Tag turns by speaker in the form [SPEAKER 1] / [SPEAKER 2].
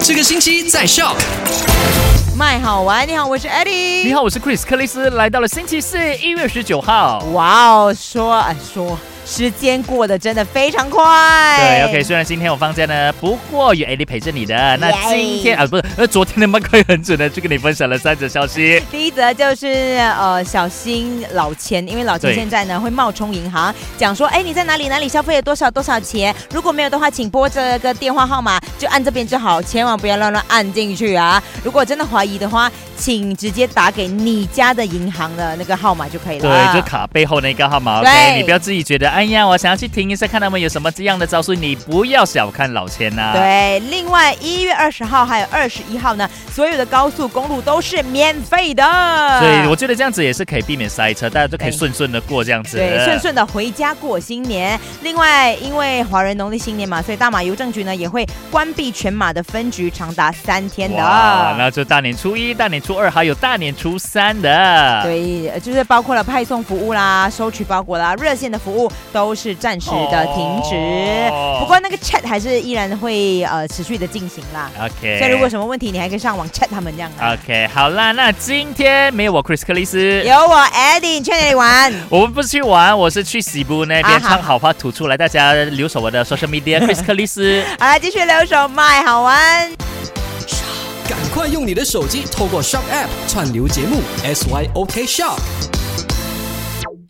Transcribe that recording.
[SPEAKER 1] 这个星期在 Shock。
[SPEAKER 2] 麦好玩，你好，我是 Eddie。
[SPEAKER 3] 你好，我是 Chris 克里斯，来到了星期四，一月十九号。
[SPEAKER 2] 哇哦，说啊说，时间过得真的非常快。
[SPEAKER 3] 对，OK，虽然今天我放假呢，不过有 AD 陪着你的。那今天啊，不是，呃，昨天的麦克很准的去跟你分享了三则消 息。
[SPEAKER 2] 第一则就是呃，小心老钱，因为老钱
[SPEAKER 3] 对
[SPEAKER 2] 现在呢会冒充银行，讲说，哎，你在哪里哪里消费了多少多少钱？如果没有的话，请拨这个电话号码，就按这边就好，千万不要乱乱按进去啊！如果真的怀疑的话，请直接打给你家的银行的那个号码就可以了。
[SPEAKER 3] 对，就卡背后那个号码
[SPEAKER 2] 对
[SPEAKER 3] ，OK，你不要自己觉得，哎呀，我想要去听一下，看他们有什么这样的招数，你不要小看老千啊呐、
[SPEAKER 2] 对，另外一月二十号还有二十一号呢，所有的高速公路都是免费的。
[SPEAKER 3] 所以我觉得这样子也是可以避免塞车，大家都可以
[SPEAKER 2] 对
[SPEAKER 3] 顺顺的过这样子。
[SPEAKER 2] 对，顺顺的回家过新年。另外，因为华人农历新年嘛，所以大马邮政局呢也会关闭全马的分局长达三天的。
[SPEAKER 3] 哇，那就大年初一、大年初二，还有大年初三的。。
[SPEAKER 2] 对，呃就是包括了派送服务啦、收取包裹啦、热线的服务都是暂时的停止。
[SPEAKER 3] 哦
[SPEAKER 2] 不过那个 chat 还是依然会呃持续的进行啦。
[SPEAKER 3] OK，
[SPEAKER 2] 所以如果有什么问题，你还可以上网 chat 他们这样啊。
[SPEAKER 3] OK，好啦，那今天没有我 Chris 克里斯，
[SPEAKER 2] 有我 Eddie，你去哪里玩？
[SPEAKER 3] 我们不是去玩，我是去西部那
[SPEAKER 2] 啊
[SPEAKER 3] 边
[SPEAKER 2] 好
[SPEAKER 3] 唱好话吐出来，大家留守我的 social media Chris 克里斯。
[SPEAKER 2] 好啦，继续留守麦好玩。
[SPEAKER 1] 赶快用你的手机透过 Shock App 串流节目 SYOK Shock。